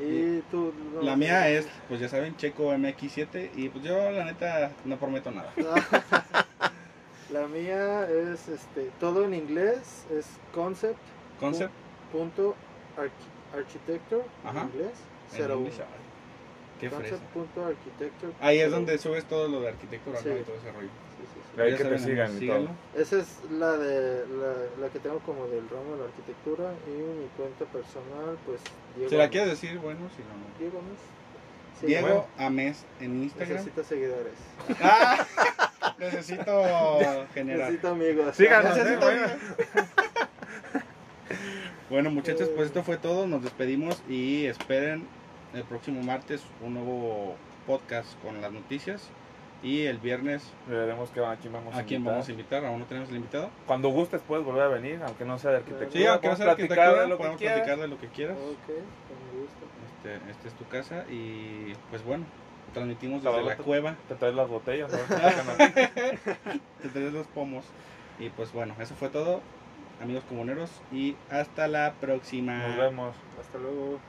Y tú. no, La no. mía es, pues ya saben, Checo MX7 y pues yo la neta no prometo nada. [laughs] La mía es este, todo en inglés, es concept. Concept, Punto arch- architecture Ajá. en inglés. en Cero inglés, uno. ay, Qué fresa. Concept punto architecture. Ahí es cero donde subes todo lo de arquitectura, ¿no? Sí. Y todo ese rollo. uno. Sí, sí, sí. Ahí Ya que te saben, sigan y síganlo. todo. Esa es la de la, la que tengo como del ramo de la arquitectura y mi cuenta personal, pues Diego. Si la quieres decir, bueno, si no, no. Diego Ames. Sí, Diego bueno, Ames en Instagram. necesita seguidores. Ah, [laughs] necesito generar. Necesita amigos. [laughs] Síganos, Necesito eh, bueno. [laughs] Bueno, muchachos, pues esto fue todo. Nos despedimos y esperen el próximo martes un nuevo podcast con las noticias. Y el viernes, Veremos que, a quién vamos a ¿a quién invitar. vamos a invitar? Aún no tenemos el invitado. Cuando gustes puedes volver a venir, aunque no sea de arquitectura. Sí, aunque no podemos sea la platicar arquitectura, de lo que podemos quieras. Oh. platicar de lo que quieras. Ok, con gusto. Este, esta es tu casa y pues bueno, transmitimos Claro, desde la tú- cueva, Te traes las botellas. ¿no? desde los pomos. Y pues bueno, eso fue todo, amigos comuneros, y hasta la próxima. [laughs] Nos vemos. Hasta luego.